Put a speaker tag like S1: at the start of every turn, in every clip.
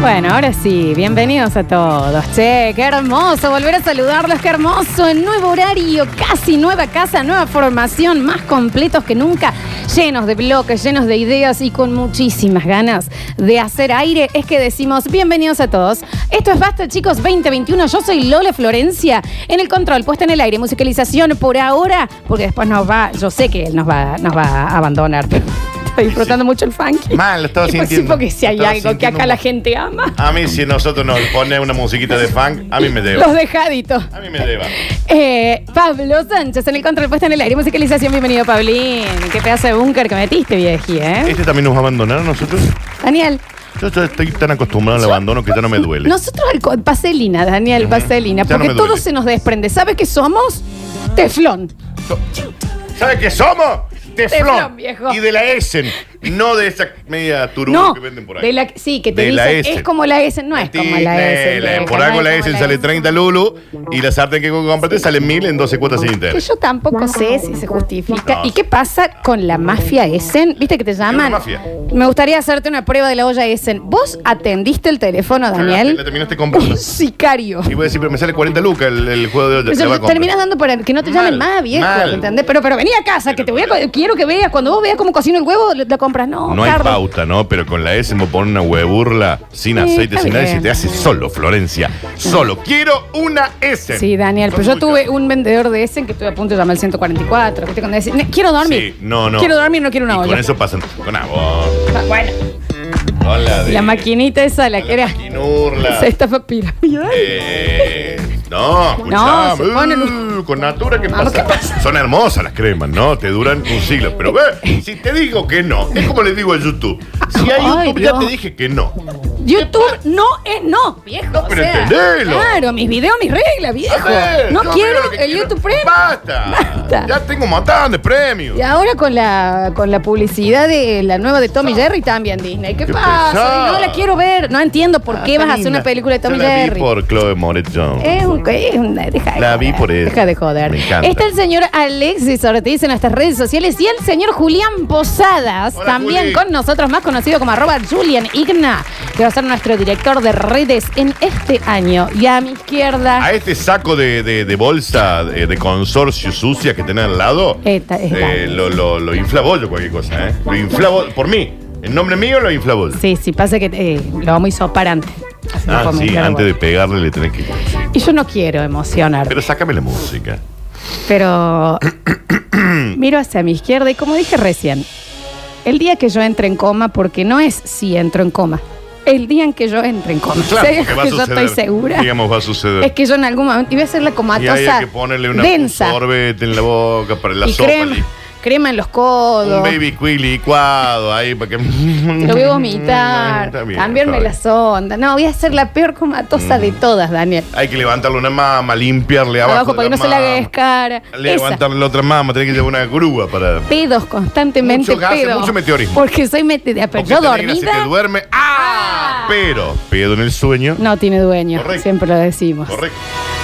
S1: Bueno, ahora sí, bienvenidos a todos. Che, qué hermoso volver a saludarlos, qué hermoso. El nuevo horario, casi nueva casa, nueva formación, más completos que nunca, llenos de bloques, llenos de ideas y con muchísimas ganas de hacer aire. Es que decimos bienvenidos a todos. Esto es Basta, chicos, 2021. Yo soy Lola Florencia, en el control, puesta en el aire, musicalización por ahora, porque después nos va, yo sé que él nos va, nos va a abandonar, pero estoy disfrutando mucho el funky.
S2: Mal, lo estaba
S1: Y pues sí,
S2: sintiendo.
S1: porque si hay
S2: Estaba
S1: algo que
S2: sintiendo
S1: acá
S2: un-
S1: la gente ama,
S2: A mí, si nosotros nos ponemos una musiquita de funk, a mí me
S1: los
S2: deba.
S1: dejaditos.
S2: A mí me deba.
S1: Eh, Pablo Sánchez en el control puesta en el aire. Musicalización, bienvenido, Pablín. Qué pedazo de búnker que metiste, vieji, ¿eh?
S2: ¿Este también nos va a abandonar a nosotros?
S1: Daniel,
S2: Yo ya estoy tan acostumbrado al abandono que ya no me duele.
S1: nosotros al co- Vaselina, Daniel,
S2: Ujú.
S1: Vaselina,
S2: Ya no
S1: porque
S2: me duele.
S1: todo se nos desprende. ¿Sabes qué somos? Teflón.
S2: ¿Sabes qué somos?
S1: Teflón,
S2: Teflón.
S1: viejo.
S2: Y de la Essen. No de esa media turú
S1: No,
S2: que venden por ahí.
S1: de la, sí, que te
S2: De la
S1: dicen,
S2: Essen.
S1: es como la S, no es como la S. vieja,
S2: E, Por
S1: no
S2: algo
S1: es
S2: la
S1: como
S2: Essen sale
S1: Essen.
S2: 30 lulu y la sartén que compraste sale 1000 en 12 cuotas sin
S1: Que
S2: interés.
S1: yo tampoco sé si se justifica.
S2: No.
S1: ¿Y qué pasa con la mafia Essen? ¿Viste que te llaman?
S2: Es una mafia.
S1: Me gustaría hacerte una prueba de la olla Essen. ¿Vos atendiste el teléfono,
S2: Cagaste, La
S1: Daniel?
S2: terminaste
S1: Un
S2: comprando.
S1: sicario.
S2: Y voy a decir, pero me sale 40 lucas el, el juego de hoy.
S1: Pero lo terminas dando para que no te llamen
S2: Mal,
S1: más, viejo,
S2: mal.
S1: ¿entendés? Pero, pero vení a casa, que te
S2: Pero
S1: voy a, co- quiero que veas, cuando vos veas cómo cocino el huevo, lo- la compras. No,
S2: No hay
S1: Carlos.
S2: pauta, ¿no? Pero con la S me pone una hueburla sin
S1: Sí,
S2: aceite,
S1: está
S2: sin nada, y
S1: bien.
S2: se te hace solo, Florencia. Solo. Quiero una S.
S1: Sí, Daniel, pero yo
S2: Son
S1: tuve
S2: muy
S1: un vendedor de Essen que estuve a punto de llamar al 144. ¿viste? Cuando decís, "Ne- quiero
S2: caras.
S1: dormir.
S2: Sí, no, no.
S1: Quiero dormir, no quiero una
S2: y
S1: olla.
S2: Con eso pasan. Con agua.
S1: Ah, Bueno,
S2: Hola, de-
S1: la maquinita esa, la
S2: la
S1: que era.
S2: maquinurla.
S1: Esa estafa piramidal.
S2: Eh, no, escuchame.
S1: se ponen un-
S2: Uh, con Natura, ¿qué
S1: Vamos,
S2: pasa?
S1: ¿qué pasa?
S2: Son hermosas las cremas, ¿no? Te duran un siglo. Pero ve, si te digo que no, es como le digo a YouTube. Si a
S1: Ay,
S2: YouTube ya
S1: Dios.
S2: te dije que no.
S1: YouTube no es no, viejo.
S2: No, pero entendelo.
S1: Claro, mis videos, mis reglas, viejo.
S2: Hacer,
S1: no
S2: yo
S1: quiero
S2: veo lo
S1: el
S2: que quiero.
S1: YouTube Premium.
S2: Basta.
S1: Basta.
S2: Ya tengo un montón de premios.
S1: Y ahora con la, con la publicidad de la nueva de Tommy Jerry también Disney. ¿Qué,
S2: Qué
S1: pasa?
S2: Ah, pesado.
S1: No la quiero ver. No entiendo por qué vas a hacer una película de Tommy Jerry. Eh.
S2: por Chloe Moretz Jones.
S1: Es un, es un- deja de
S2: La
S1: joder,
S2: vi por eso.
S1: Deja de joder.
S2: Me encanta.
S1: Está el señor Alexis Ortiz en nuestras redes sociales y el señor Julián Posadas,
S2: Hola,
S1: también
S2: Juli.
S1: con nosotros, más conocido como arroba Julian Igna, que va a ser nuestro director de redes en este año. Y a mi izquierda.
S2: A este saco de, de- de bolsa eh, de, de consorcio sucia que tenés al lado,
S1: Esta es
S2: eh,
S1: la-
S2: lo, lo, lo infla bollo cualquier cosa, ¿eh? Lo infla bollo, por mí. En nombre mío lo infla bollo.
S1: Sí, sí, pasa que eh, lo vamos a hisopar antes. Así no
S2: Ah,
S1: podemos
S2: sí,
S1: inflar
S2: antes de
S1: bolas.
S2: pegarle le tenés que...
S1: Y yo no quiero emocionar,
S2: Pero sácame la música.
S1: pero miro hacia mi izquierda y como dije recién, el día que yo entre en coma, porque no es si entro en coma, el día en que yo entre en coma,
S2: Claro,
S1: ¿sabes?
S2: porque va a
S1: que yo
S2: suceder.
S1: estoy segura,
S2: Digamos, va a suceder.
S1: es que yo en algún momento iba a hacer la
S2: y ahí
S1: comatosa
S2: hay que ponerle una, un
S1: densa
S2: sorbete en la boca para la
S1: y
S2: sopa.
S1: crema,
S2: li-
S1: crema en los codos.
S2: Un baby quick licuado ahí para que.
S1: Lo
S2: Lo
S1: voy a vomitar,
S2: Está bien,
S1: cambiarme
S2: está
S1: la
S2: bien.
S1: sonda. No, voy a hacer la peor comatosa de todas, Daniel.
S2: Hay que levantarle una mama, limpiarle abajo.
S1: abajo, para
S2: de
S1: que no se le haga
S2: mama.
S1: descara. Esa.
S2: Levantarle la otra mama, tenés que llevar una grúa para.
S1: Pedos constantemente.
S2: Mucho gas y
S1: pedos.
S2: mucho meteorismo.
S1: Porque soy meteorista. Pero
S2: Porque
S1: yo
S2: esta negra Se te
S1: dormida.
S2: duerme. ¡Ah!
S1: Ah.
S2: Pero, pedo en el sueño.
S1: No tiene dueño,
S2: Correcto.
S1: siempre lo decimos.
S2: Correcto.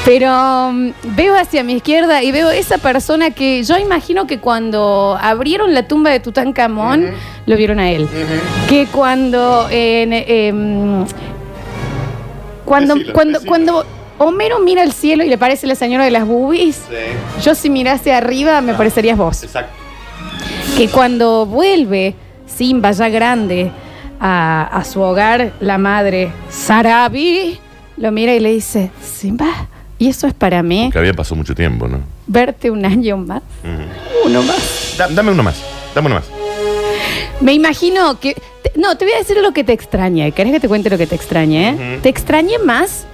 S1: Pero mm, veo hacia mi izquierda y veo esa persona que yo imagino que cuando abrieron la tumba de Tutankamón,
S2: Ujú.
S1: lo vieron a él. Que cuando. eh, en, eh, mm, cuando,
S2: Decilo,
S1: cuando,
S2: decilo.
S1: cuando Homero mira al cielo y le aparece la señora de las boobies,
S2: Sí,
S1: yo si mirase arriba me
S2: Ah.
S1: parecerías vos.
S2: exacto.
S1: que cuando vuelve Simba ya grande a, a su hogar, la madre Sarabi lo mira y le dice, Simba, ¿y eso es para mí?
S2: Que había pasado mucho tiempo, ¿no?
S1: Verte un año más,
S2: Ujú.
S1: uno más.
S2: Da- dame uno más. Dame uno más.
S1: Me imagino que... te- no, te voy a decir lo que te extraña. ¿Querés que te cuente lo que te extraña? eh?
S2: Ujú.
S1: Te extrañé más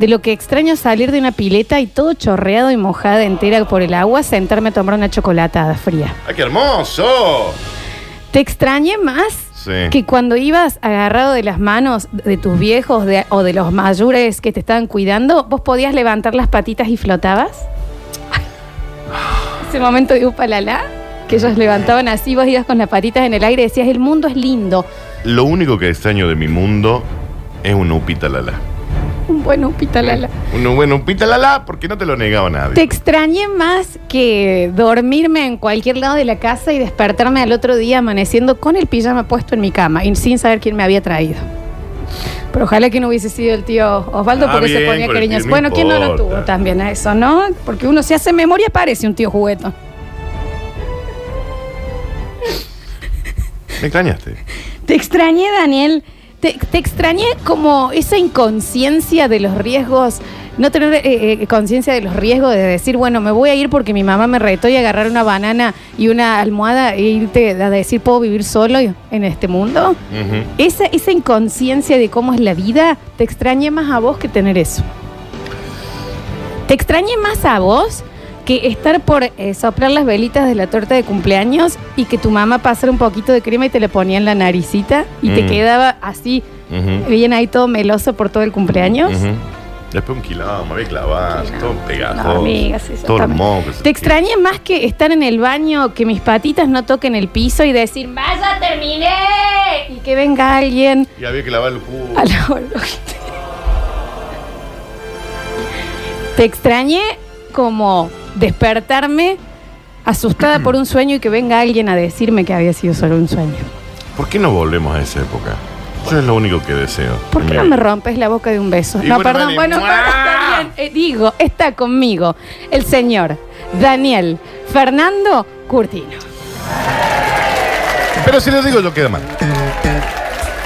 S1: de lo que extraño salir de una pileta y todo chorreado y mojada entera por el agua, sentarme a tomar una chocolatada fría.
S2: ¡Ay, qué hermoso!
S1: Te extrañé más
S2: Sí.
S1: Que cuando ibas agarrado de las manos de tus viejos de- o de los mayores que te estaban cuidando, vos podías levantar las patitas y flotabas. Ese momento de upalala, que ellos levantaban así, vos ibas con las patitas en el aire y decías, el mundo es lindo.
S2: Lo único que extraño de mi mundo es un upita lala.
S1: Un buen upalala.
S2: Un buen upita lala porque no te lo negaba nadie.
S1: Te extrañé más que dormirme en cualquier lado de la casa y despertarme al otro día amaneciendo con el pijama puesto en mi cama y sin saber quién me había traído. Pero ojalá que no hubiese sido el tío Osvaldo
S2: Ah,
S1: porque se
S2: bien,
S1: ponía
S2: con el
S1: cariñoso.
S2: tío, no
S1: Bueno, ¿quién no lo
S2: importa.
S1: tuvo también a eso, no? Porque uno se hace memoria, parece un tío juguetón.
S2: Me extrañaste.
S1: Te extrañé, Daniel. Te, te extrañé como esa inconsciencia de los riesgos, no tener eh, eh, conciencia de los riesgos de decir, bueno, me voy a ir porque mi mamá me retó y agarrar una banana y una almohada e irte a decir, ¿puedo vivir solo en este mundo?
S2: Ujú.
S1: Esa, esa inconsciencia de cómo es la vida, te extrañé más a vos que tener eso. Te extrañé más a vos que estar por eh, soplar las velitas de la torta de cumpleaños y que tu mamá pasara un poquito de crema y te le ponía en la naricita y te
S2: Mm.
S1: quedaba así,
S2: Ujú.
S1: bien ahí todo meloso por todo el cumpleaños.
S2: Ujú. Después un quilombo, me había clavado, todo pegajoso.
S1: No, amiga, sí, yo
S2: todo
S1: también.
S2: hermoso. que se-
S1: Te extrañé más que estar en el baño, que mis patitas no toquen el piso y decir, vaya, terminé. Y que venga alguien
S2: Y había que lavar el jugo.
S1: a la hora. Te extrañé como despertarme asustada por un sueño y que venga alguien a decirme que había sido solo un sueño.
S2: ¿Por qué no volvemos a esa época? Eso es lo único que deseo.
S1: ¿Por qué
S2: en
S1: no
S2: mi
S1: me
S2: vida.
S1: rompes la boca de un beso?
S2: Y
S1: no,
S2: bueno,
S1: perdón,
S2: dale.
S1: bueno,
S2: ¡Mua!
S1: perdón, está bien. Eh, digo, está conmigo el señor Daniel Fernando Curtino.
S2: Pero si lo digo, yo queda mal.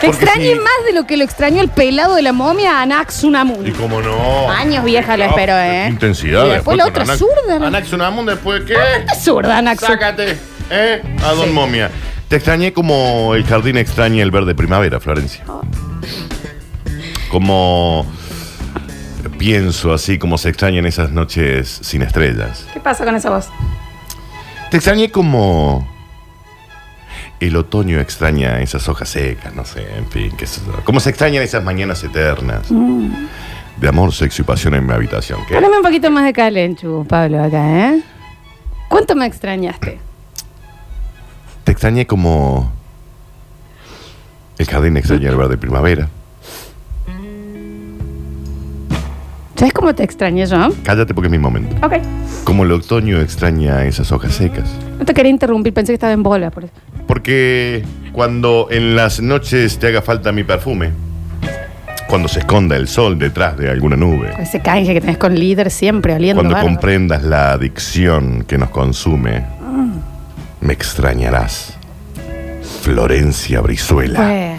S1: Te
S2: Porque
S1: extrañé
S2: sí.
S1: más de lo que lo extrañó el pelado de la momia a
S2: Y
S1: Anaxunamun.
S2: como no.
S1: Años vieja lo espero, ¿eh?
S2: Intensidad.
S1: Y después la otra
S2: con Anax-
S1: zurda, ¿no?
S2: Anaxunamun, después qué.
S1: Es zurda, Anaxu.
S2: Sácate, ¿eh? A Don
S1: Sí.
S2: Momia. Te extrañé como el jardín extraña el verde primavera, Florencia. Como pienso así, como se extrañan esas noches sin estrellas.
S1: ¿Qué pasa con esa voz?
S2: Te extrañé como el otoño extraña esas hojas secas, no sé, en fin, qué sé yo. Como se extrañan esas mañanas eternas de amor, sexo y pasión en mi habitación. ¿Qué?
S1: Háblame un poquito más de Calenchu, Pablo, acá, ¿eh? ¿Cuánto me extrañaste?
S2: Te extrañé como el jardín extraña el verde primavera.
S1: ¿Sabes cómo te extrañé yo?
S2: Cállate porque es mi momento.
S1: Ok.
S2: Como el otoño extraña esas hojas secas.
S1: No te quería interrumpir, pensé que estaba en bola. Por eso.
S2: Porque cuando en las noches te haga falta mi perfume, cuando se esconda el sol detrás de alguna nube,
S1: Ese canje que tenés con líder siempre oliendo.
S2: cuando
S1: bárbaro.
S2: comprendas la adicción que nos consume, me extrañarás. Florencia Brizuela.
S1: Bueno,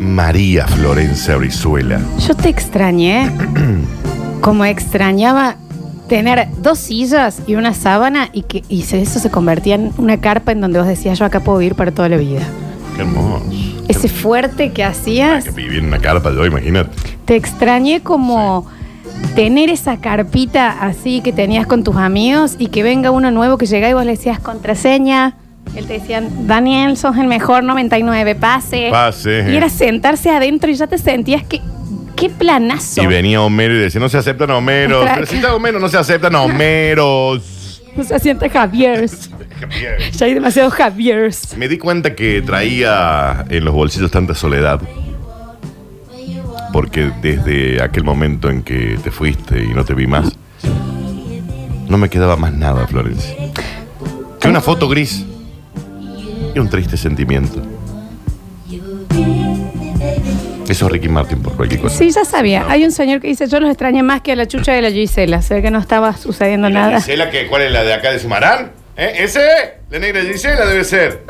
S2: María Florencia Brizuela.
S1: yo te extrañé como extrañaba tener dos sillas y una sábana y que y se- eso se convertía en una carpa en donde vos decías yo acá puedo vivir para toda la vida.
S2: Qué hermoso.
S1: Ese fuerte que
S2: Hay
S1: hacías.
S2: que vivir en una carpa yo, imagínate.
S1: Te extrañé como tener esa carpita así que tenías con tus amigos y que venga uno nuevo que llega y vos le decías contraseña. Él te decía, Daniel, sos el mejor 99, pase.
S2: Pase.
S1: Eh, Y era sentarse adentro y ya te sentías que. ¡Qué planazo!
S2: Y venía Homero y decía, no se aceptan Homeros.
S1: Claro.
S2: Pero si está Homero, no se aceptan Homeros.
S1: No se siente Javier. Ya hay demasiados Javiers.
S2: Me di cuenta que traía en los bolsillos tanta soledad. Porque desde aquel momento en que te fuiste y no te vi más, no me quedaba más nada, Florencia. Que una foto gris y un triste sentimiento. Eso es Ricky Martin por cualquier cosa.
S1: Sí, ya sabía. Hay un señor que dice, yo los extrañé más que a la chucha de la Gisela. Se ve que no estaba sucediendo
S2: ¿Y la
S1: nada.
S2: Gisela, que, ¿Cuál es la de acá de Sumarán? ¿Eh? ¿Ese? La negra Gisela debe ser.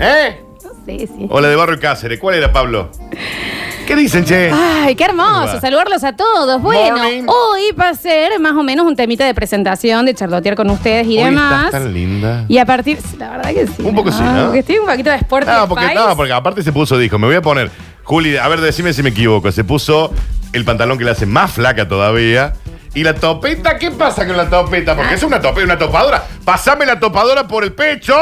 S2: ¿Eh?
S1: Sí, sí.
S2: O la de Barrio Cáceres. ¿Cuál era, Pablo? ¿Qué dicen, che?
S1: Ay, qué hermoso,
S2: va.
S1: saludarlos a todos. Bueno,
S2: Morning.
S1: hoy va a ser más o menos un temita de presentación, de charlotear con ustedes y
S2: Hoy
S1: demás.
S2: estás tan linda.
S1: Y a partir, la verdad que sí. Ah,
S2: Un poco sí, ¿no?
S1: Porque estoy un poquito de Sporting
S2: No porque, no, porque aparte se puso, dijo, me voy a poner. Juli, a ver, decime si me equivoco. Se puso el pantalón que la hace más flaca todavía. Y la topeta, ¿qué pasa con la topeta?
S1: Ah.
S2: Porque es una topeta, una topadora. Pasame la topadora por el pecho.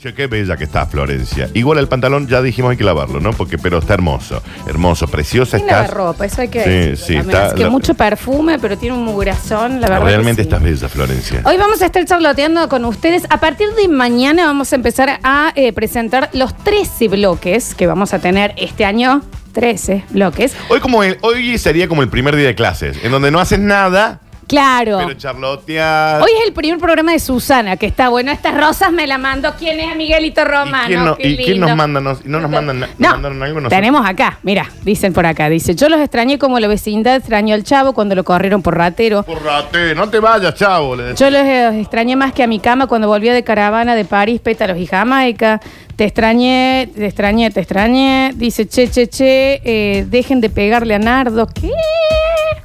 S2: Che, qué bella que está, Florencia. Igual el pantalón ya dijimos hay que lavarlo, ¿no? Porque, pero está hermoso. Hermoso, preciosa
S1: Tiene
S2: estás.
S1: lavarropa, eso hay que
S2: Sí,
S1: decirlo
S2: sí,
S1: también.
S2: está-
S1: Así que
S2: la-
S1: mucho perfume, pero tiene un mugurazón, la verdad. que
S2: Realmente
S1: sí.
S2: estás bella, Florencia.
S1: Hoy vamos a estar charloteando con ustedes. A partir de mañana vamos a empezar a eh, presentar los 13 bloques que vamos a tener este año. 13 bloques.
S2: Hoy, como el- hoy sería como el primer día de clases, en donde no haces nada
S1: Claro.
S2: Pero charlotear.
S1: Hoy es el primer programa de Susana, que está bueno. Estas rosas me las mandó. ¿Quién es Miguelito Romano?
S2: ¿Y quién, no-
S1: Qué
S2: y quién nos
S1: lindo.
S2: manda? Nos- no nos mandan, na-
S1: No,
S2: nos mandaron algo nosotros.
S1: tenemos acá, mira, dicen por acá, dice, yo los extrañé como la vecindad extrañó al chavo cuando lo corrieron por ratero.
S2: Porrate, no te vayas, chavo. le decía.
S1: Yo los eh, extrañé más que a mi cama cuando volvía de caravana de París, pétalos y Jamaica. Te extrañé, te extrañé, te extrañé. Dice, che, che, che, eh, dejen de pegarle a Nardo. ¿Qué?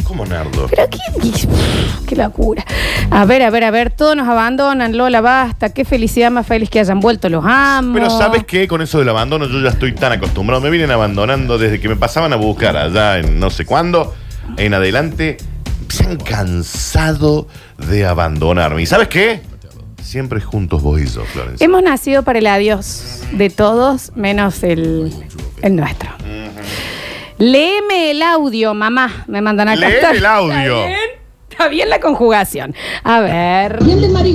S2: ¿Cómo nardo?
S1: ¿Pero qué? Qué locura. A ver, a ver, a ver, todos nos abandonan, Lola, basta. Qué felicidad más feliz que hayan vuelto, los amo.
S2: Pero ¿sabes qué? Con eso del abandono yo ya estoy tan acostumbrado. Me vienen abandonando desde que me pasaban a buscar allá en no sé cuándo. En adelante se han cansado de abandonarme. ¿Y sabes qué? Siempre juntos vos y yo, Florencia.
S1: Hemos nacido para el adiós de todos, menos el, el nuestro. Léeme el audio, mamá. Me mandan acá.
S2: Lee
S1: Está-
S2: el audio.
S1: ¿Está bien? Está bien la conjugación. A ver.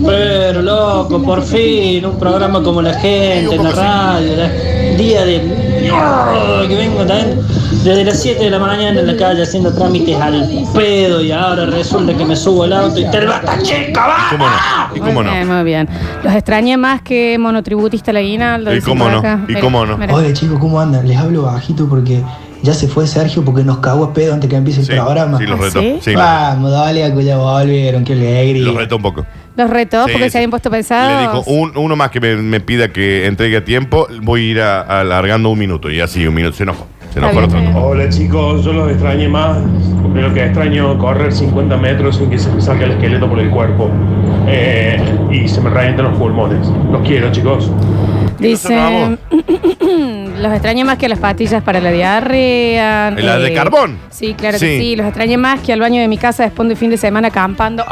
S3: Pero loco, por fin, un programa como la gente, en la radio, la- día de mierda que vengo también, desde las 7 de la mañana en la calle haciendo trámites al pedo y ahora resulta que me subo al auto y te basta chica, va.
S2: ¿Cómo no? ¿Y cómo
S1: muy bien,
S2: no?
S1: muy bien. Los extrañé más que monotributista la guinaldo.
S2: ¿Y
S1: dicen
S2: cómo
S1: por
S2: no?
S1: acá.
S2: ¿Y
S1: Mira,
S2: cómo no?
S1: mira.
S4: Hola chicos, ¿cómo andan? Les hablo bajito porque ya se fue Sergio porque nos cagó a pedo antes que empiece el
S2: Sí,
S4: programa.
S2: sí, los
S1: ¿Ah,
S2: reto.
S1: sí?
S2: Sí,
S4: Vamos, dale, a que ya volvieron, qué alegría.
S2: los reto un poco.
S1: Los retó
S2: Sí,
S1: porque
S2: sí.
S1: se habían puesto pensados.
S2: Le dijo, un- uno más que me, me pida que entregue a tiempo, voy a ir a- alargando un minuto. Y así, un minuto. Se enojó. Se enojó el
S1: Está
S2: otro.
S1: bien,
S5: Hola chicos, yo los extrañé más de lo que extraño correr 50 metros sin que se me salga el esqueleto por el cuerpo eh, y se me revienten los pulmones. Los quiero chicos.
S1: Dice,
S2: Eso
S1: los extrañé más que a las patillas para la diarrea.
S2: ¿La de carbón?
S1: Sí, claro que
S2: Sí.
S1: sí. Los extrañé más que al baño de mi casa después de un fin de semana acampando.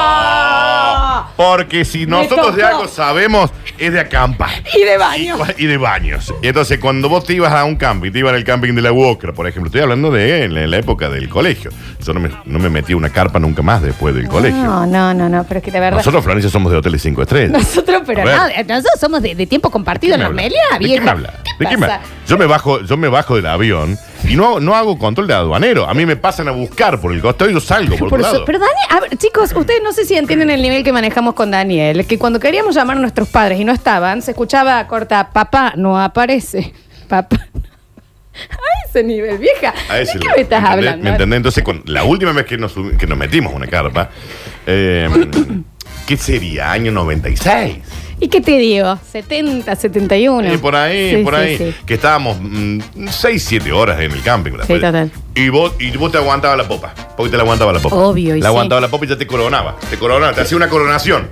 S2: ¡Ah! Porque si
S1: Me
S2: nosotros de
S1: tocó.
S2: algo sabemos, es de acampar.
S1: Y de
S2: Y,
S1: baño.
S2: y de baños. Y entonces, cuando vos te ibas a un camping, te ibas al camping de la Walker, por ejemplo, estoy hablando de en la, en la época del colegio. Yo no me, no me metí a una carpa nunca más después del colegio.
S1: No, no, no, no, pero es que de verdad.
S2: Nosotros, Florencia, somos de hoteles 5 estrellas.
S1: Nosotros, pero
S2: A ver.
S1: nada, nosotros somos de, de tiempo compartido en
S2: me
S1: la
S2: habla?
S1: melia,
S2: ¿De
S1: vieja.
S2: qué me habla?
S1: ¿Qué
S2: ¿De qué me
S1: pasa?
S2: habla? Yo me bajo, yo me bajo del avión y no, no hago control de aduanero. A mí me pasan a buscar por el costado y yo salgo por,
S1: Por
S2: otro
S1: su-
S2: lado.
S1: pero Dani, a ver, chicos, ustedes no sé si entienden el nivel que manejamos con Daniel, que cuando queríamos llamar a nuestros padres y no estaban, se escuchaba corta, papá no aparece, papá. A ese nivel, vieja.
S2: A ese
S1: ¿De qué
S2: le-
S1: me estás
S2: ¿entendés?
S1: hablando?
S2: ¿Me entendés? Entonces, con- la última vez que nos, subi- que nos metimos a una carpa, eh, ¿qué sería? Año 96.
S1: ¿Y qué te digo? 70, 71.
S2: Eh, por ahí,
S1: Sí,
S2: por
S1: sí,
S2: ahí.
S1: sí.
S2: Que estábamos 6, 7 horas en el camping. ¿verdad?
S1: Sí, total.
S2: Y vos, y vos te aguantabas la popa. Porque te la aguantaba la popa.
S1: Obvio, y
S2: La
S1: sí.
S2: aguantaba la popa y ya te coronaba. Te coronaba, te hacía una coronación.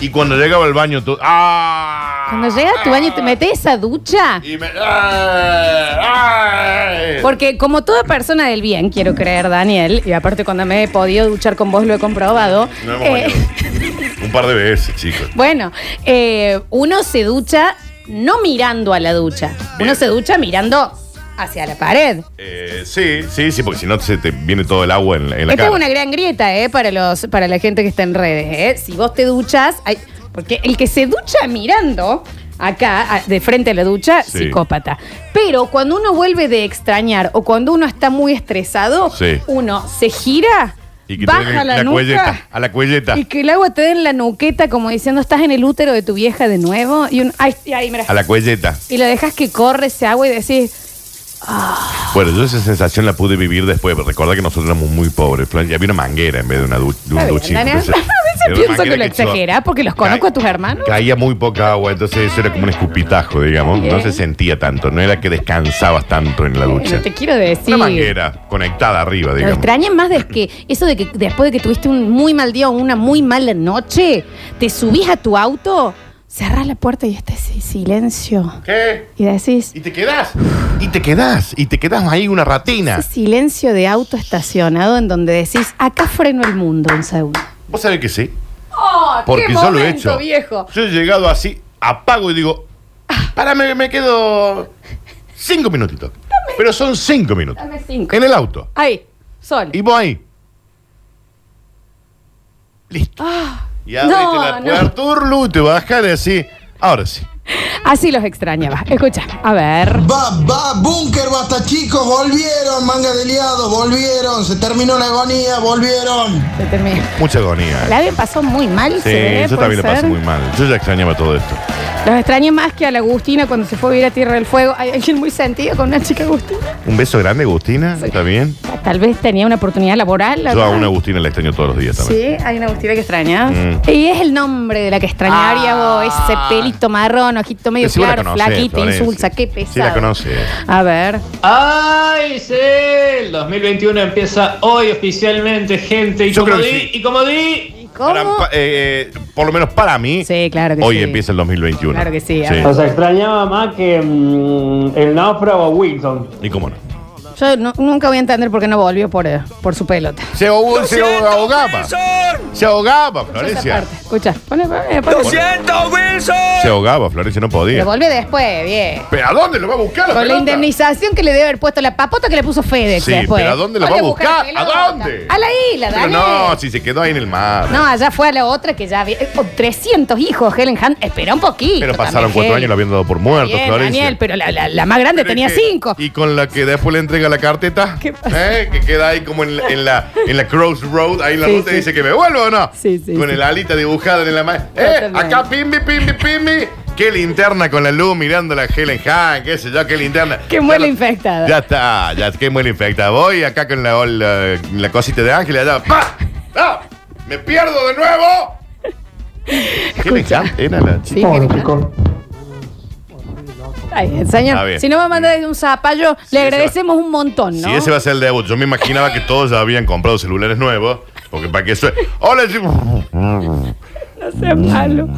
S2: Y cuando llegaba al baño, tú. ¡Ah!
S1: Cuando llegas a tu baño y te metes esa ducha.
S2: Y me. ¡Ah! ¡Ah!
S1: Porque como toda persona del bien, quiero creer, Daniel, y aparte cuando me he podido duchar con vos lo he comprobado.
S2: No hemos
S1: eh,
S2: bañado. Un par de veces, chicos.
S1: bueno, eh, uno se ducha no mirando a la ducha. Uno
S2: Bien.
S1: se ducha mirando hacia la pared.
S2: Eh, sí, sí, sí, porque si no se te viene todo el agua en, la- en la
S1: Esta es
S2: cara.
S1: una gran grieta, ¿eh? Para, los, para la gente que está en redes, ¿eh? Si vos te duchas, hay- porque el que se ducha mirando acá, a- de frente a la ducha,
S2: Sí.
S1: psicópata. Pero cuando uno vuelve de extrañar o cuando uno está muy estresado,
S2: Sí.
S1: uno se gira,
S2: Y que te den
S1: baja la, nuca.
S2: cuelleta, a la cuelleta.
S1: Y que el agua te dé en la nuqueta como diciendo, estás en el útero de tu vieja de nuevo. Y, un, ay, y ahí, mira.
S2: A la cuelleta.
S1: y lo dejas que corre ese agua y decís,
S2: Bueno, yo esa sensación la pude vivir después, pero recuerda que nosotros éramos muy pobres. Plan, ya había una manguera en vez de una du- de un
S1: "Está bien,
S2: duchín.
S1: Daniel".
S2: Entonces,
S1: a veces
S2: era una
S1: pienso que
S2: manguera
S1: lo
S2: chorre-
S1: exagerás porque los conozco
S2: Ca-
S1: a tus hermanos.
S2: Caía muy poca agua, entonces eso era como un escupitajo, digamos.
S1: Bien.
S2: No se sentía tanto, no era que descansabas tanto en la
S1: No
S2: ducha.
S1: te quiero decir.
S2: Una manguera conectada arriba,
S1: Lo
S2: digamos.
S1: extraña más de que eso de que después de que tuviste un muy mal día o una muy mala noche, te subís a tu auto, cerrás la puerta y está ese silencio.
S2: ¿Qué?
S1: Y decís,
S2: Y te quedás. Y te quedás. Y te quedás ahí una ratina.
S1: ese "Este silencio de auto estacionado en donde decís, acá freno el mundo un segundo.
S2: ¿Vos sabés que sí?
S1: Oh,
S2: Porque yo lo he hecho. Yo he llegado así, apago y digo, para, me, me quedo cinco minutitos. Pero son cinco minutos.
S1: Dame cinco.
S2: En el auto.
S1: Ahí, sol.
S2: Y vos ahí. Listo. y abriste
S1: no,
S2: la
S1: no.
S2: puerta, turlu, te bajas y así. Ahora sí.
S1: Así los extrañaba. Escucha, a ver.
S6: Va, va, búnker, basta chicos, volvieron, manga de liados, volvieron, se terminó la agonía, volvieron.
S1: Se termina.
S2: Mucha agonía. eh.
S1: La bien pasó muy mal.
S2: Sí, yo también lo pasé muy mal. Yo ya extrañaba todo esto.
S1: Los extrañé más que a la Agustina cuando se fue a vivir a Tierra del Fuego. Hay alguien muy sentido con una chica Agustina.
S2: Un beso grande, Agustina. ¿Está bien?
S1: Tal vez tenía una oportunidad laboral. la
S2: Yo a
S1: verdad.
S2: una Agustina la extraño todos los días también.
S1: Sí, hay una Agustina que extrañas.
S2: Mm.
S1: Y es el nombre de la que extrañaría
S2: Ah.
S1: vos, ese pelito marrón, ojito medio
S2: Pero sí vos la
S1: claro,
S2: conocés,
S1: flaquita,
S2: Florencia.
S1: insulsa, qué pesado.
S2: Sí, la conoce.
S1: A ver,
S7: ¡Ay, sí! El 2021 empieza hoy oficialmente, gente. Y
S2: Yo
S7: como
S2: creo
S7: di,
S2: que sí.
S7: y como di.
S1: ¿y cómo?
S2: Para- pa- eh, eh, por lo menos para mí,
S1: Sí, claro que
S2: hoy
S1: sí.
S2: empieza el 2021.
S1: Claro que sí, a
S2: sí.
S1: ver.
S3: O sea, extrañaba más que mm, el náufrago Wilson.
S2: ¿Y cómo no?
S1: Yo no- nunca voy a entender por qué no volvió por, eh, por su pelota.
S2: Se, ahog- se ahogaba. Se ahogaba,
S1: Esa
S2: Florencia.
S1: parte. Escucha, pone, pone, pone.
S2: Se ahogaba, Florencia, no podía.
S1: Pero volvió después, bien.
S2: ¿Pero a dónde lo va a buscar
S1: Con
S2: la
S1: la
S2: pelota?
S1: indemnización que le debe haber puesto la papota que le puso FedEx
S2: Sí,
S1: después.
S2: pero ¿a dónde la va a
S1: Ponle
S2: buscar?
S1: la
S2: ¿A
S1: pelota.
S2: dónde?
S1: A la isla,
S2: Pero
S1: Daniel.
S2: no, si se quedó ahí en el mar.
S1: No, allá fue a la otra que ya había. eh, oh, 300 hijos, Helen Hunt. Espera un poquito.
S2: Pero pasaron
S1: también,
S2: cuatro
S1: Helen.
S2: años y lo habían dado por muerto,
S1: Bien,
S2: Florencia.
S1: Daniel, pero la, la- la más grande
S2: Pero
S1: tenía
S2: es que-
S1: cinco.
S2: Y con la que después le entrega la carteta,
S1: ¿Qué pasa?
S2: ¿eh? que queda ahí como en la, en la, en la crossroad, ahí en la
S1: Sí,
S2: ruta,
S1: sí.
S2: y dice que me vuelvo o no.
S1: Sí, sí,
S2: Con
S1: sí.
S2: el alita dibujada en la mano. ¡Eh!
S1: Totalmente.
S2: Acá pimbi, pimbi, pimbi. Qué linterna con la luz mirando la Helen Hunt, qué sé yo, qué linterna.
S1: Qué
S2: Ya
S1: muela
S2: no-
S1: infectada.
S2: Ya está, ya qué muela infectada. Voy acá con la, la, la cosita de Ángel allá. ¡Pa! ¡Ah! ¡Me pierdo de nuevo! Helen
S1: Escucha.
S2: Hunt era la chica.
S1: Sí, Helen Hunt. Ay, el señor.
S2: Está bien. Mm.
S1: Si no va a mandar desde un zapallo, le
S2: ese
S1: agradecemos un montón, ¿no?
S2: Si ese va a ser el debut, yo me imaginaba que todos ya habían comprado celulares nuevos. Porque para que eso. ¡Hola! sí.
S1: Ah, No sea malo.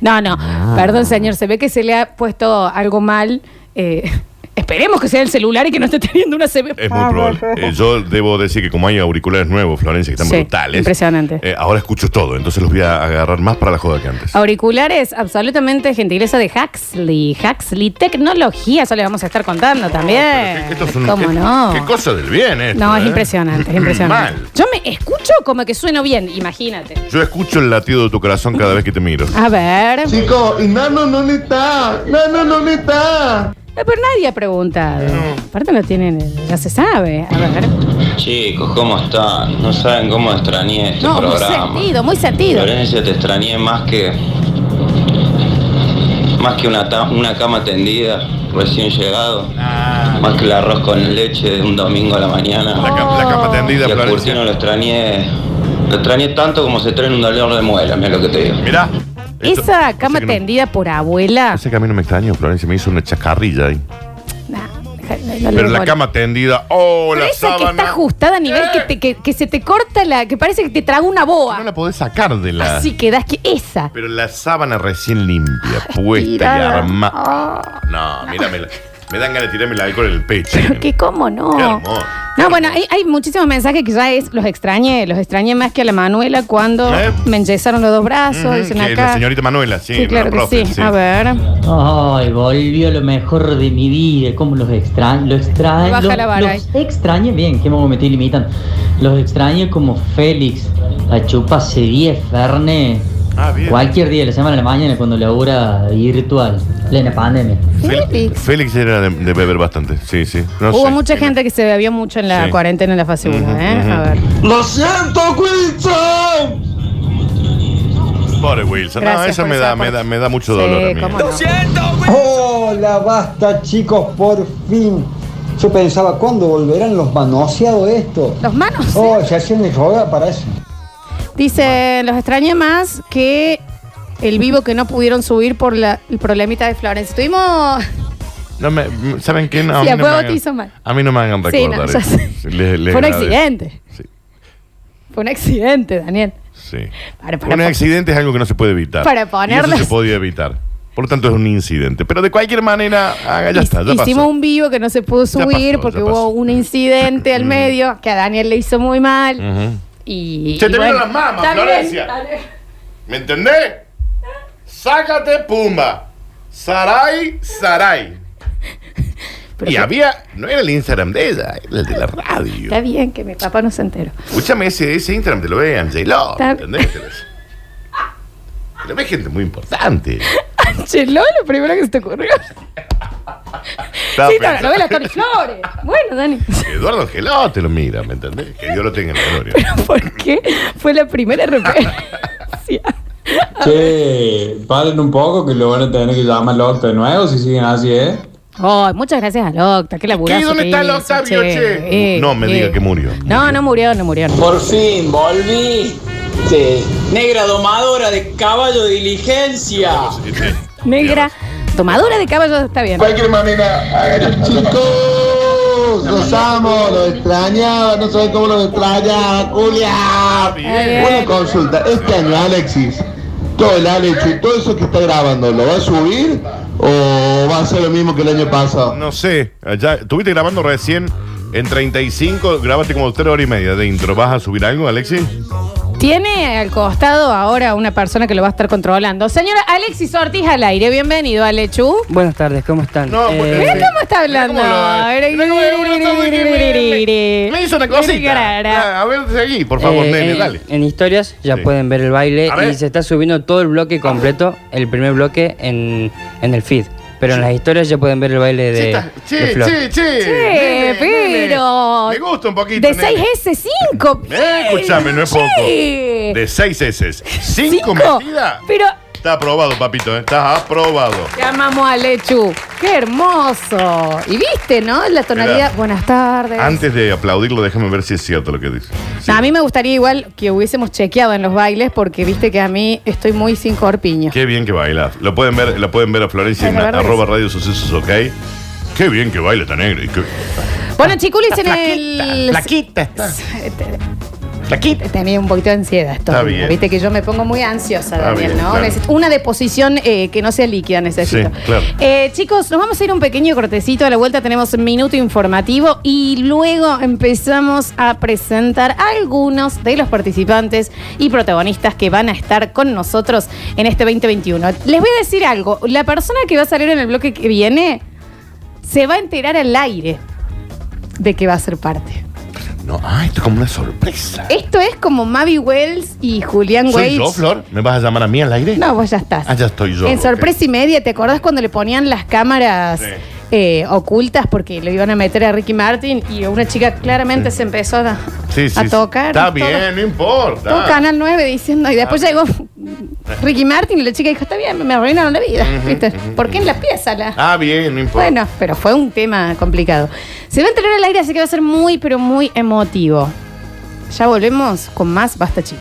S1: No, no. Perdón, señor. Se ve que se le ha puesto algo mal. Eh, esperemos que sea el celular y que no esté teniendo una CV.
S2: Es muy probable. Eh, yo debo decir que como hay auriculares nuevos, Florencia, que están
S1: Sí,
S2: brutales.
S1: impresionante.
S2: eh, ahora escucho todo, entonces los voy a agarrar más para la joda que antes.
S1: Auriculares, absolutamente gentileza de Huxley. Huxley Tecnología, eso le vamos a estar contando también.
S2: Pero que- que esto es un-
S1: ¿Cómo
S2: que-
S1: no?
S2: Qué cosa del bien, esto,
S1: no, es
S2: eh.
S1: impresionante, es impresionante.
S2: Mal.
S1: Yo me escucho como que sueno bien, imagínate.
S2: Yo escucho el latido de tu corazón cada vez que te miro.
S1: A ver.
S6: Chicos, y Nano no está, Nano no está.
S1: Eh, Pero nadie ha preguntado. Aparte no tienen, ya se sabe. A ver.
S8: Chicos, ¿cómo están? No saben cómo extrañé este
S1: No, muy
S8: programa.
S1: sentido, muy sentido.
S8: Florencia, te extrañé más que. Más que una, ta- una cama tendida, recién llegado. Más que el arroz con leche de un domingo a la
S2: La,
S1: Ah.
S8: mañana.
S2: cam- la cama
S8: Y
S2: tendida,
S8: a
S2: Florencia.
S8: Curtino lo extrañé. Lo extrañé tanto como se trae un dolor de muela, mira lo que te digo.
S2: Mirá. Esto-
S1: Esa
S2: ese
S1: cama
S2: que no-
S1: tendida por abuela.
S2: Ese que a mí no me extraño, Florencia. Me hizo una chacarrilla ahí.
S1: Nah, deja- no- no le
S2: Pero
S1: doy
S2: la
S1: bola.
S2: cama tendida, oh,
S1: Pero
S2: la
S1: esa
S2: sábana.
S1: que está ajustada a nivel que, te- que- que se te corta la. que parece que te traga una boa.
S2: No la podés sacar de la.
S1: Así quedas que esa.
S2: Pero la sábana recién limpia, puesta
S1: Estirada.
S2: y armada. No, mira, me, la- me dan ganas de tirarme el alcohol en el pecho.
S1: Que cómo no.
S2: Qué hermoso.
S1: No, bueno, hay, hay muchísimos mensajes que ya es, los extrañé, los extrañé más que a la Manuela cuando
S2: ¿Eh?
S1: me enyesaron los dos brazos,
S2: Ujú,
S1: dicen
S2: que
S1: acá.
S2: La señorita Manuela, sí.
S1: sí, claro
S2: la
S1: que
S2: profe,
S1: sí. A ver,
S9: Ay, volvió lo mejor de mi vida. ¿Cómo los extraño? Los extraño.
S1: Baja
S9: los-
S1: la vara eh. ahí.
S9: Los extraño bien. ¿Qué me metí limitan? Los extraño como Félix. La chupa hace 10 Ferne.
S2: Ah, bien.
S9: Cualquier día de la semana a la mañana cuando labura virtual. Plena pandemia.
S2: Fel-
S1: Félix.
S2: Félix era de, de beber bastante, sí, sí. No
S1: hubo
S2: sé.
S1: mucha gente que se bebió mucho en la
S2: Sí.
S1: cuarentena en la fase 1,
S2: Ujú,
S1: ¿eh? A
S2: ujú.
S1: ver.
S6: Lo siento, Wilson.
S2: Pobre Wilson. no,
S1: Gracias
S2: eso
S1: por
S2: me
S1: ese
S2: da,
S1: aporte.
S2: me, da, me da mucho
S1: Sí,
S2: dolor a mí. ¿eh?
S1: cómo no.
S4: Hola, basta chicos, por fin. Yo pensaba, ¿cuándo volverán los manoseados esto?
S1: Los manos.
S4: Oh, se hacían de rogar para eso.
S1: Dice, los extrañé más que el vivo que no pudieron subir por la, el problemita de Florencia. Estuvimos.
S2: No me- m- ¿Saben qué? No,
S1: Sí, a
S2: no me
S1: huevo
S2: hagan-
S1: te hizo mal.
S2: A mí no me hagan
S1: Sí, no,
S2: recordar.
S1: ya
S2: eso.
S1: sé.
S2: Sí, les- les
S1: Fue un
S2: agradezco.
S1: accidente.
S2: Sí,
S1: Fue un accidente, Daniel.
S2: sí.
S1: Para, para,
S2: un
S1: para.
S2: accidente es algo que no se puede evitar.
S1: Para
S2: Y eso
S1: ponerlas-
S2: se podía evitar. Por lo tanto, es un incidente. Pero de cualquier manera, haga, ya
S1: Hic-
S2: está. Ya
S1: Hicimos
S2: pasó.
S1: un vivo que no se pudo
S2: Ya
S1: subir
S2: pasó,
S1: porque
S2: ya
S1: hubo
S2: pasó. Mm.
S1: un incidente al medio que a Daniel le hizo muy mal.
S2: Ujú.
S1: Y,
S2: Mm. Se
S1: y
S2: te vieron las mamas,
S1: está bien,
S2: Florencia.
S1: está bien.
S2: ¿Me entendés? Sácate, Pumba. Sarai, Sarai.
S1: Pero
S2: y
S1: que-
S2: había, no era el Instagram de ella, era el de la radio.
S1: Está bien que mi papá no se enteró.
S2: Escúchame, ese, ese Instagram te lo ve Angelo,
S1: Está-
S2: ¿entendés? Te lo- Te lo ve gente muy importante.
S1: Che, Lolo, lo primero que se te ocurrió.
S2: Estaba
S1: sí, está la
S2: pensando-
S1: novela Tony Flores. Bueno, Dani.
S2: Eduardo Gelado te lo mira, ¿me entendés? Que Dios lo tenga en la gloria.
S1: Pero ¿por qué fue la primera referencia?
S10: Che, paren un poco que lo van a tener que llamar Locta de nuevo si siguen así, ¿eh?
S1: Oh, muchas gracias a Locta, qué laburazo.
S2: ¿Qué? ¿Dónde
S1: que
S2: está
S1: hizo,
S2: Octavio, che?
S1: Eh,
S2: No me
S1: eh.
S2: diga que murió.
S1: No, no murió, no murió. no.
S7: Por fin volví. Negra domadora de caballo de diligencia.
S2: Este,
S1: Negra, tomadora de caballos está bien.
S6: cualquier manera. Chicos, los amo, los extrañaba, no sé cómo los extrañaba, Julia.
S1: bien.
S6: Una consulta, este año Alexis, todo el Alex y todo eso que está grabando, ¿lo va a subir o va a ser lo mismo que el año pasado?
S2: No sé, ya estuviste grabando recién en 35, grabaste como 3 horas y media de intro. ¿Vas a subir algo, Alexis?
S1: Tiene al costado ahora una persona que lo va a estar controlando. Señora Alexis Ortiz al aire, bienvenido, Alechu.
S11: Buenas tardes, ¿cómo están?
S2: No,
S11: Eh,
S2: pues,
S1: Mira
S2: sí.
S1: cómo está hablando.
S2: Mirá cómo lo- mirá cómo- Me hizo una cosita. A ver, seguí, por favor,
S11: eh,
S2: nene,
S11: en,
S2: dale.
S11: En historias ya
S2: Sí.
S11: pueden ver el baile
S2: A ver.
S11: y se está subiendo todo el bloque completo, el primer bloque en, en el feed. Pero en las historias ya pueden ver el baile
S9: eh,
S11: de, de
S2: Che,
S11: Flor.
S2: che, che. nene,
S1: Che,
S2: nene.
S1: pero.
S2: Me gusta un poquito.
S1: De
S2: nene.
S1: 6S5.
S2: Eh, escúchame, no es
S1: Che.
S2: poco. De 6 S. 5
S1: Cinco.
S2: metidas.
S1: Pero
S2: Está aprobado, papito, ¿eh? estás aprobado.
S1: llamamos a Lechu. Qué hermoso. Y viste, ¿no? La tonalidad.
S2: Mirá.
S1: Buenas tardes.
S2: Antes de aplaudirlo, déjame ver si es cierto lo que dice. Sí.
S1: A mí me gustaría igual que hubiésemos chequeado en los bailes porque viste que a mí estoy muy sin corpiño.
S2: Qué bien que bailas. Lo pueden ver, lo pueden ver a Florencia
S1: Ay,
S2: en
S1: la verdad
S2: arroba
S1: que
S2: radio sucesos, ¿ok? Qué bien que baila tan negro. y qué-
S1: Bueno, chiculis en el.
S2: Flaquita está. Flaquita.
S1: Tenía un poquito de ansiedad esto.
S2: Está bien.
S1: Viste que yo me pongo muy ansiosa,
S2: Está
S1: Daniel,
S2: bien,
S1: ¿no?
S2: claro.
S1: Necesito una deposición eh, que no sea líquida, necesito.
S2: Sí, claro.
S1: Eh, chicos, nos vamos a ir un pequeño cortecito. A la vuelta tenemos un minuto informativo y luego empezamos a presentar a algunos de los participantes y protagonistas que van a estar con nosotros en este 2021. Les voy a decir algo. La persona que va a salir en el bloque que viene se va a enterar al aire de que va a ser parte.
S2: No, ay, esto es como una sorpresa.
S1: Esto es como Mavi Wells y Julián
S2: ¿Soy
S1: Wells.
S2: yo, Flor? ¿Me vas a llamar a mí al aire?
S1: No, vos ya estás.
S2: Ah, ya estoy yo.
S1: en
S2: ok.
S1: sorpresa y media, ¿te acordás cuando le ponían las cámaras
S2: Sí.
S1: eh, ocultas porque lo iban a meter a Ricky Martin y una chica claramente se empezó a,
S2: Sí, sí,
S1: a
S2: sí.
S1: tocar?
S2: Está Ah,
S1: todo-
S2: bien, no importa.
S1: Todo Canal 9 diciendo, y después llegó Ricky Martin y la chica dijo, está bien, me arruinaron la vida.
S2: Ujú,
S1: ¿viste?
S2: ujú,
S1: ¿Por qué en la pieza? La...
S2: Ah, bien, no importa.
S1: Bueno, pero fue un tema complicado. Se va a enterar al aire, así que va a ser muy, pero muy emotivo. Ya volvemos con más Basta Chicos.